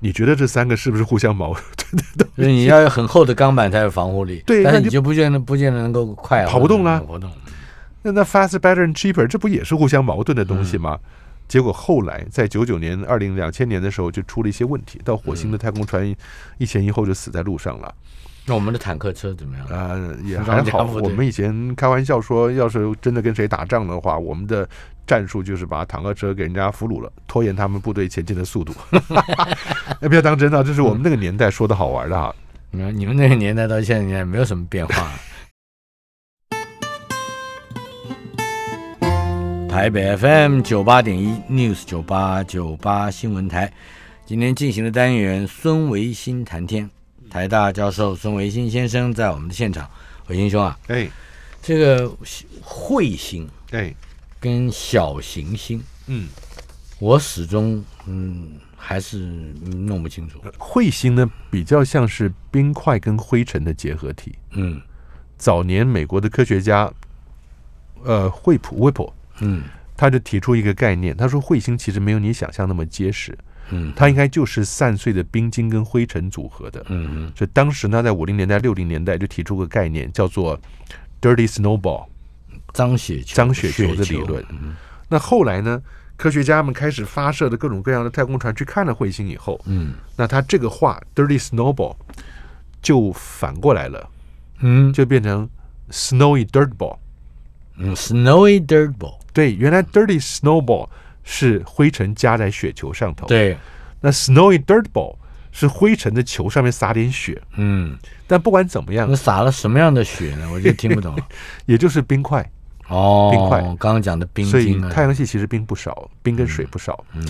你觉得这三个是不是互相矛盾的？
就是你要有很厚的钢板才有防护力，
对
但是你
那就
就不见得不见得能够快啊
跑不动啦
跑不动，
[laughs] 那那 fast, better and cheaper 这不也是互相矛盾的东西吗？嗯结果后来在九九年、二零两千年的时候就出了一些问题，到火星的太空船一前一后就死在路上了。
那我们的坦克车怎么样？
呃，也
装
还
甲
好。
部
我
队
们以前开玩笑说，要是真的跟谁打仗的话，我们的战术就是把坦克车给人家俘虏了，拖延他们部队前进的速度。 [laughs] 哎，不要当真啊，这是我们那个年代说的好玩的哈、
你们你们那个年代到现在年代没有什么变
[laughs]
化。台北 FM 九八点一 News 九八九八新闻台，今天进行的单元孙维新谈天，台大教授孙维新先生在我们的现场。维新兄啊，
哎
这个彗星
哎，
跟小行星，
嗯，
我始终嗯还是嗯弄不清楚。
彗星呢比较像是冰块跟灰尘的结合体。
嗯
早年美国的科学家，呃，惠普 Whipple，
嗯
他就提出一个概念，他说彗星其实没有你想象那么结实，
嗯
它应该就是散碎的冰晶跟灰尘组合的。
嗯嗯
所以当时呢，在五零年代、六零年代就提出个概念，叫做 “dirty snowball”
张雪球嗯
脏雪球的理论。那后来呢，科学家们开始发射的各种各样的太空船去看了彗星以后，
嗯
那他这个话 “dirty snowball” 就反过来了，
嗯
就变成 “snowy dirtball”。
嗯，snowy dirt ball，
对，原来 “dirty snowball” 是灰尘加在雪球上头，
对，
那 snowy dirt ball 是灰尘的球上面撒点雪。
嗯，
但不管怎么样
那，撒了什么样的雪呢？我就听不懂
[laughs]
了。
也就是冰块，
哦，
冰块
刚刚讲的冰
所以
晶啊，
太阳系其实冰不少，冰跟水不少。
嗯，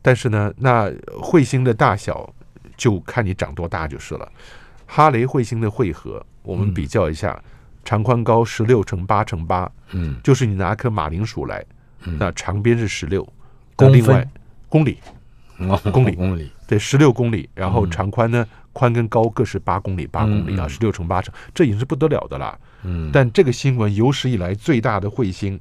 但是呢，那彗星的大小就看你长多大就是了。哈雷彗星的汇合，我们比较一下，长宽高十六乘八乘八，
嗯，
就是你拿颗马铃薯来，
嗯
那长边是十六，
公
另外
分
公里
哦
公里
公里，
对十六公里，然后
嗯
长宽呢，宽跟高各是八公里，八公里
嗯
啊，
嗯
十六乘八乘，这已经是不得了的啦。
嗯，
但这个新闻有史以来最大的彗星，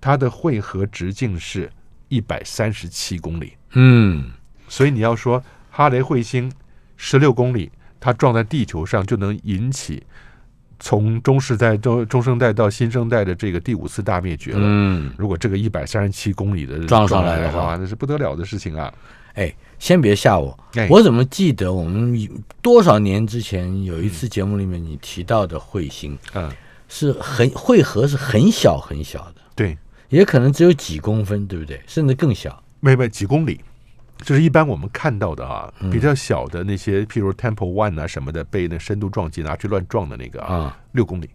它的汇合直径是一百三十七公里，
嗯，
所以你要说哈雷彗星十六公里，它撞在地球上就能引起从中世代、中中生代到新生代的这个第五次大灭绝了。
嗯，
如果这个一百三十七公里的
撞上
来
来的话
话，那是不得了的事情啊！
哎，先别吓我，
哎
我怎么记得我们多少年之前有一次节目里面你提到的彗星
嗯，
是很汇合是很小很小的，
对，
也可能只有几公分，对不对？甚至更小。
没没几公里，这是一般我们看到的啊，
嗯
比较小的那些，譬如 Temple One 啊什么的，被那深度撞击拿去乱撞的那个啊，
啊、
六公里，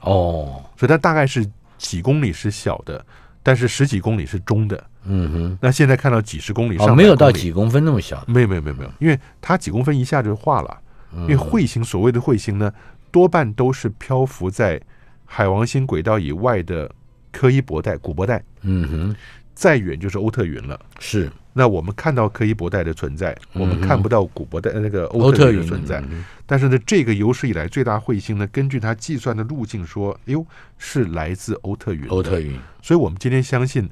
哦，
所以它大概是几公里是小的，但是十几公里是中的。
嗯
那现在看到几十公里上、
哼，哦，没有到，几公分那么小的，
没有没有没有没有，因为它几公分一下就化了，因
嗯
为彗星所谓的彗星呢，多半都是漂浮在海王星轨道以外的柯伊伯带、古伯带，
嗯哼，
再远就是欧特云了。
是
那我们看到柯伊伯带的存在，我们
嗯哼
看不到古伯带呃那个
欧
欧特云的
云
存在。
嗯
但是呢，这个有史以来最大彗星呢，根据它计算的路径说，哎呦，是来自欧特云。
欧特，云，
所以我们今天相信，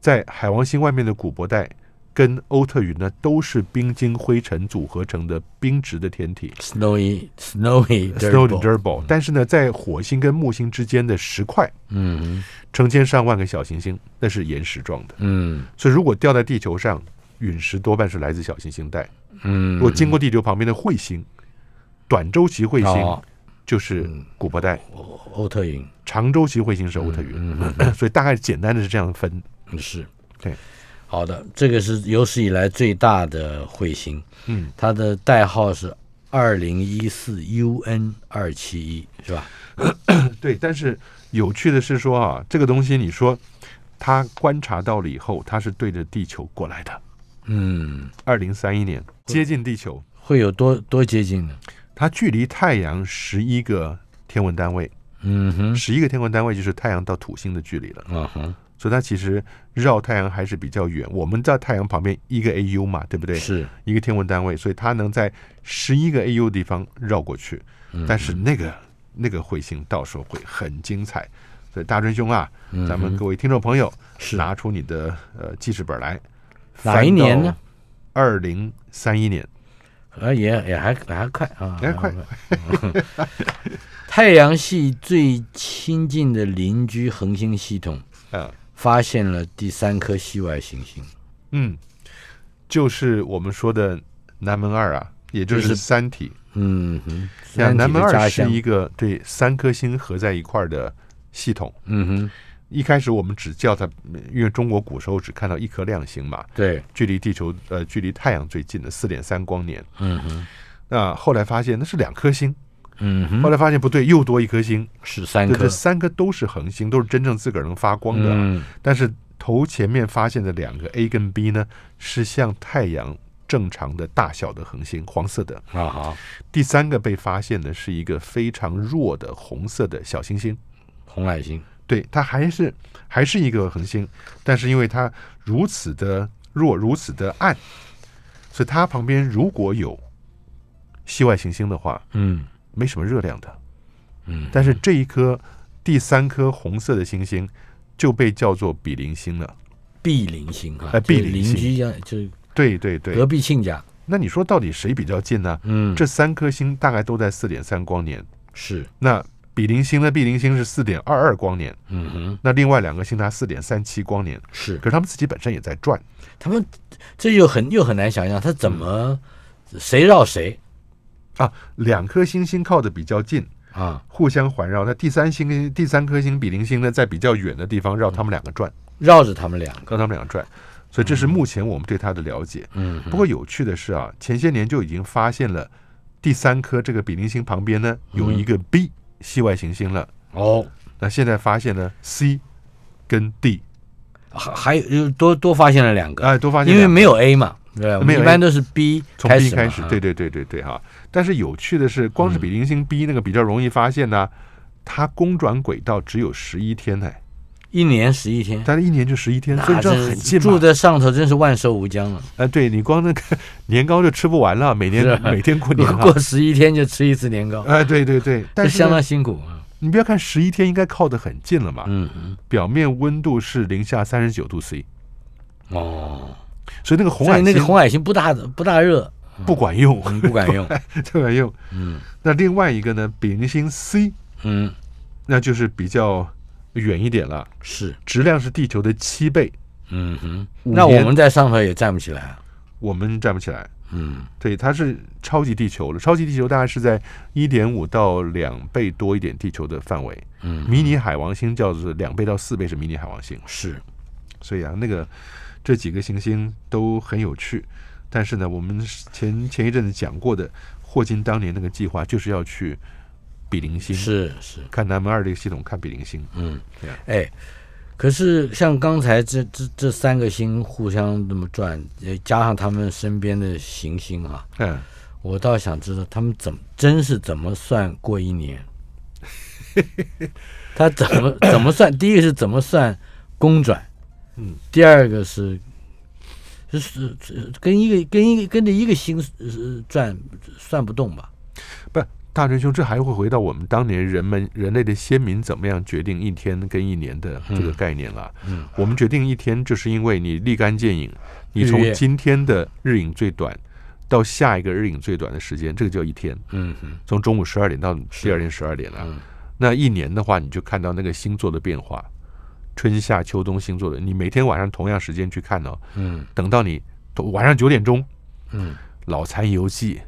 在海王星外面的古伯带跟欧特云呢，都是冰晶灰尘组合成的冰质的天体
snowy [laughs] snowy
（Snowden
dirtball
d u r b a l 但是呢，在火星跟木星之间的石块，
嗯哼
成千上万个小行星，那是岩石状的。
嗯
所以如果掉在地球上，陨石多半是来自小行星带。
嗯，
如果经过地球旁边的彗星，短周期彗
哦嗯
星就是古伯带，
欧特云
长周期彗星是欧特云。 [laughs] 所以大概简单的是这样分。
嗯是，
对，
好的，这个是有史以来最大的彗星，
嗯，
它的代号是二零一四 UN 二七一，是吧？
对，但是有趣的是说啊，这个东西你说他观察到了以后，它是对着地球过来的。
嗯，
二零三一年接近地球，
会有多多接近呢？
它距离太阳十一个天文单位，
嗯哼，
十一个天文单位就是太阳到土星的距离了，
啊哈，
所以它其实绕太阳还是比较远。我们在太阳旁边一个 AU 嘛，对不对？
是，
一个天文单位，所以它能在十一个 AU 地方绕过去。
嗯
但是那个那个彗星到时候会很精彩，所以大真兄啊，咱们各位听众朋友，
嗯是
拿出你的呃记事本来，
哪一年呢？
二零三一年，
啊，也也还还快啊，
哎快
嗯 [laughs] 太阳系最亲近的邻居恒星系统
呃，
发现了第三颗系外行星，
嗯，就是我们说的南门二啊，也就
就是是
三体。
嗯哼，
像
三体
南门
的家
二是
乡，
一个对三颗星合在一块儿的系统。
嗯哼，
一开始我们只叫它，因为中国古时候只看到一颗亮星嘛，
对，
距离地球呃距离太阳最近的四点三光年。
嗯哼，
那后来发现那是两颗星，
嗯
后
哼，
来发现不对，又多一颗星。
是三
对，
颗
哦这，三颗都是恒星，都是真正自个儿能发光的啊。
嗯
但是头前面发现的两个 A 跟 B 呢，是像太阳正常的大小的恒星，黄色的。
啊好，
第三个被发现的是一个非常弱的红色的小行星。
红矮星，
对，它还是还是一个恒星，但是因为它如此的弱，如此的暗，所以它旁边如果有系外行星的话，
嗯
没什么热量的。
嗯，
但是这一颗第三颗红色的行星就被叫做比邻星了。
，B 零星哈，
哎
就是
B 零
邻
星
居呀，就是
对对对
隔，壁亲家，
那你说到底谁比较近呢？
嗯，
这三颗星大概都在四点三光年。
是，
那比邻星呢？比邻星是四点二二光年，
嗯哼，
那另外两个星它四点三七光年。
是
可是它们自己本身也在转，
他们，这又很又很难想象他怎么谁绕谁
啊，两颗星星靠得比较近，
啊，
互相环绕。那第三星、第三颗星比邻星呢，在比较远的地方绕它们两个转，
绕着他们俩，
绕它们两个转。所以这是目前我们对它的了解。
嗯
不过有趣的是啊，前些年就已经发现了第三颗这个比邻星旁边呢
嗯
有一个 B 系外行星了。
哦，
那现在发现呢 C 跟 D，
还还有多多发现了两个，
哎，都发现
因为
两个
没有 A 嘛，对吧？我们
没有
一
A
般都是 B
从
嘛
B
嗯
开始，
啊
对对对对对哈。但是有趣的是，光是比邻星 B 那个比较容易发现呢，它公转轨道只有十一天呢，
一年十一天，
但是一年就十一天，所以
那
这
真
很近
住
嘛。
在上头真是万寿无疆了。啊
呃，对你光那个 [laughs] 年糕就吃不完了，每年
是
每天过年
过
啊。
过十一天就吃一次年糕，
哎，对对对，但
这
是
相
呢
当辛苦啊。
你不要看十一天应该靠得很近了嘛，
嗯嗯，
表面温度是零下三十九度 C，
哦，
所以那个红
所
海
以
星
那个红海星不大不大热，
不管用， [laughs]
嗯不管用。
不管用。
[laughs] 嗯
那另外一个呢，比邻星 C，
嗯，
那就是比较远一点了，
是，
质量是地球的七倍，
嗯哼，
五
那我
年
们在上头也站不起来啊。
我们站不起来。
嗯
对，它是超级地球了。超级地球大概是在一点五到两倍多一点地球的范围。
嗯，
迷你海王星叫做两倍到四倍是迷你海王星，
是，
所以啊，那个这几个行星都很有趣。但是呢，我们前前一阵子讲过的，霍金当年那个计划就是要去比邻星，
是是，
看南门二这个系统，看比邻星。
嗯
对啊，
哎，可是像刚才这这这三个星互相这么转，呃加上他们身边的行星啊，
嗯，
我倒想知道他们怎么真是怎么算过一 [laughs] 年？他怎么怎么算？第一个是怎么算公转？
嗯，
第二个是是是是跟一个跟一个跟着一个星呃转算不动吧？
不，大真兄，这还会回到我们当年人们人类的先民怎么样决定一天跟一年的这个概念了。
嗯，
我们决定一天，就是因为你立竿见影，你
日
从
月
今天的日影最短到下一个日影最短的时间，这个叫一天，
嗯哼，
从中午十二点到第二天十二点啊。
嗯
那一年的话，你就看到那个星座的变化，春夏秋冬星座的，你每天晚上同样时间去看哦，
嗯
等到你晚上九点钟，
嗯，
老残游记，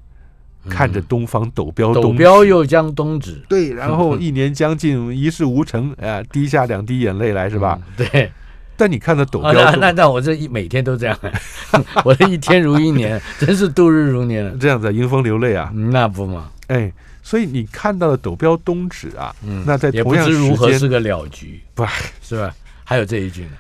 看着东方斗标
斗
东
标
指
又将东指
对，然后一年将尽，一事
[laughs]
无成，哎、滴下两滴眼泪来是吧？？
嗯对，
但你看到斗
啊，
标
那
东、
那那我这一每天都这样， [laughs] 我这一天如一年，真是度日如年了。嗯
这样子、啊、迎风流泪啊，
那不嘛，
哎，所以你看到的斗标东指啊，
嗯
那在
也
同
不
样
知如何
时
是
间，
个了局，
不
是吧？还有这一句呢，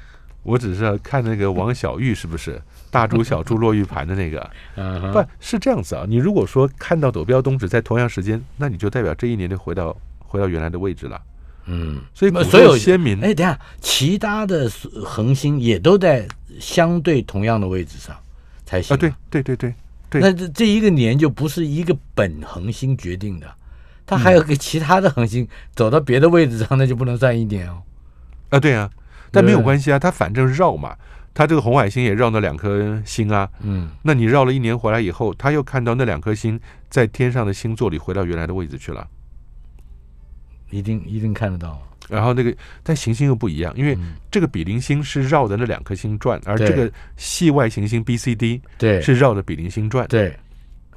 我只是看那个王小玉是不
[laughs]
是大珠小珠落玉盘的那个，
嗯哼，
不是这样子啊？你如果说看到斗标东指在同样时间，那你就代表这一年就回到回到原来的位置了。
嗯，
所以
不
古
所
时候
有
先民
哎，等一下，其他的恒星也都在相对同样的位置上才行
啊，对对对对，对
那这这一个年就不是一个本恒星决定的，它还有
嗯
个其他的恒星走到别的位置上，那就不能算一年哦。
啊，对啊，但没有
对
关系啊，它反正绕嘛，它这个红海星也绕那两颗星啊。
嗯，
那你绕了一年回来以后，他又看到那两颗星在天上的星座里回到原来的位置去了。
一定一定看得到。哦嗯
然后那个，但行星又不一样，因为这个比邻星是绕着那两颗星转，而
对
这个系外行星 B、C、D
对，
是绕着比邻星转，
对，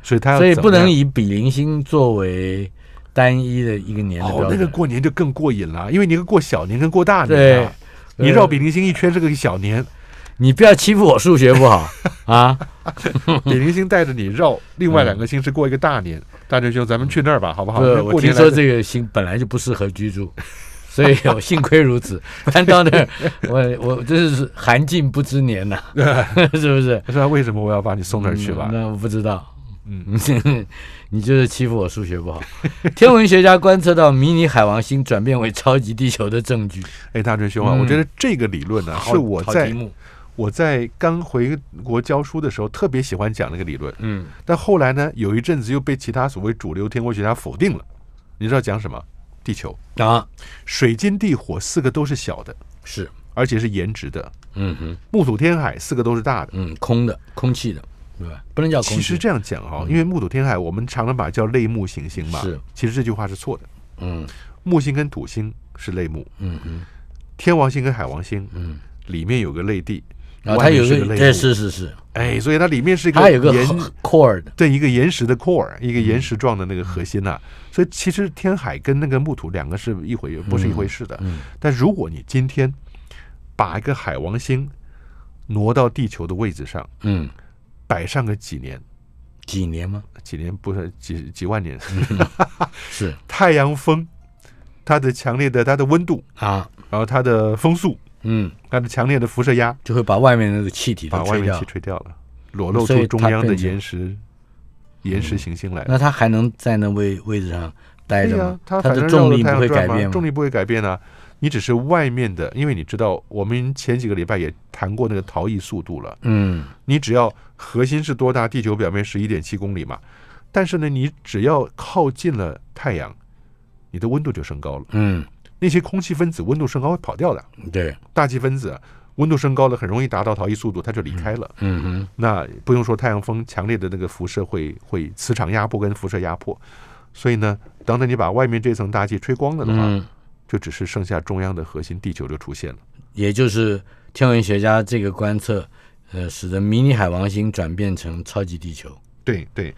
所以它要哦
所以
怎
不
么样
能以比邻星作为单一的一个年的
哦
标，
那
准。
个过年就更过瘾了，因为你一个过小年跟过大年
对
啊，，你
呃
绕比邻星一圈是个
[laughs]
小年，
你不要欺负我数学不
[laughs]
好啊！
比邻星带着你绕另外两个星是过一个大年。大真兄，咱们去那儿吧，好不好？
不
那，
我
过
听
年
说
来的
这个星本来就不适合居住，所以我幸亏如此。搬到
[laughs]
那儿，我我真是寒尽不知年呐、是不是？
不知道为什么我要把你送那儿去吧
嗯？那我不知道。
嗯，
[laughs] 你就是欺负我数学不好。天文学家观测到迷你海王星转变为超级地球的证据。
哎，大真兄啊，
嗯
我觉得这个理论呢、
好
是我
好
在
题目
我在刚回国教书的时候特别喜欢讲那个理论，
嗯，
但后来呢，有一阵子又被其他所谓主流天文学家否定了。你知道讲什么？地球、
啊，
水、金、地、火四个都是小的，
是，
而且是颜值的；
嗯哼，
木、土、天、海四个都是大的。
嗯，空的，空气的，对吧？不能叫空
其
气。
实这样讲哈、因为木、土、天、海，我们常常把它叫类木行星嘛。
是，
其实这句话是错的。
嗯
木星跟土星是类木，
嗯嗯
天王星跟海王星
嗯，
里面有个类地，
然后
外
它
面
有
是
一个，
类
对，
木。
是是是，
哎，所以它里面是一个
它有个
岩
core 的，
对一个岩石的 core，一
嗯
个岩石状的那个核心呐、啊所以其实天海跟那个木土两个是一回，不是一回事的。
嗯
但如果你今天把一个海王星挪到地球的位置上
嗯，
摆上个几年，
几年吗？
几年不是几几万年，
是
太阳风，它的强烈的它的温度，
啊，
然后它的风速，
嗯，
它的强烈的辐射压，
就会把外面那个气体
把
都
外
吹
面
掉
气。吹掉了，裸露
所以
出
它嗯
中央的
变成
岩石岩石行星来了。
那它还能在那位位置上待
对
着
呀、
吗？
它
它
反正
的
绕
重
着
力
太
不
阳
会
转
改
嘛
变
重
吗？
力不会改变啊。你只是外面的，因为你知道，我们前几个礼拜也谈过那个逃逸速度了。
嗯，
你只要核心是多大，地球表面十一点七公里嘛，但是呢，你只要靠近了太阳，你的温度就升高了。
嗯，
那些空气分子温度升高会跑掉的，
对，
大气分子温度升高了，很容易达到逃逸速度，它就离开了。
嗯哼，
那不用说太阳风强烈的那个辐射会会磁场压迫跟辐射压迫，所以呢，等等你把外面这层大气吹光了的话，
嗯，
就只是剩下中央的核心地球就出现了。
也就是天文学家这个观测，呃，使得迷你海王星转变成超级地球。
对对，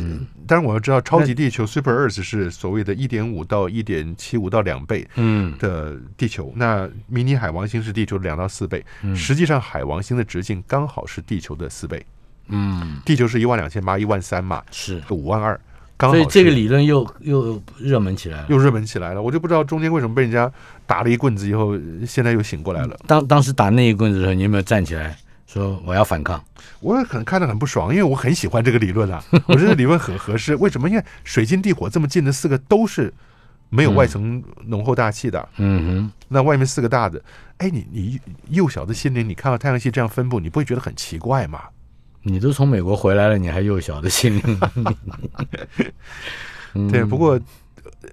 嗯，当然我要知道，超级地球 （Super Earth） 是所谓的1.5到1.75到两倍
嗯
的地球，那迷你海王星是地球的两到四倍。实际上，海王星的直径刚好是地球的四倍，
嗯，
地球是一万两千八、一万三嘛，
是，
五万二，刚好
所以这
是
个理论又又热门起来了。
又热门起来了。我就不知道中间为什么被人家打了一棍子以后，现在又醒过来了。
当当时打那一棍子的时候，你有没有站起来说我要反抗？
我很看得很不爽，因为我很喜欢这个理论啊， [laughs] 我觉得理论很合适。为什么？因为水晶地火这么近的四个都是没有外层浓厚大气的，
嗯
那外面四个大的，哎，你你幼小的心灵，你看到太阳系这样分布，你不会觉得很奇怪吗？
哼，你都从美国回来了，你还幼小的心灵。嗯
对，不过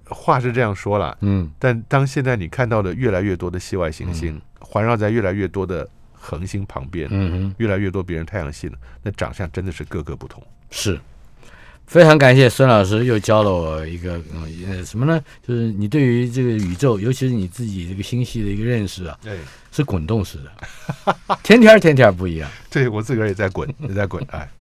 呃话是这样说了，
嗯
但当现在你看到了越来越多的系外行星环绕在越来越多的恒星旁边，
嗯哼。
越来越多别人太阳系了，那长相真的是各个不同。
是，非常感谢孙老师又教了我一个嗯呃什么呢？就是你对于这个宇宙，尤其是你自己这个星系的一个认识啊，
对， [laughs]
是滚动式的，天天儿天天儿不一样。
对我自个儿也在滚，也在滚，哎。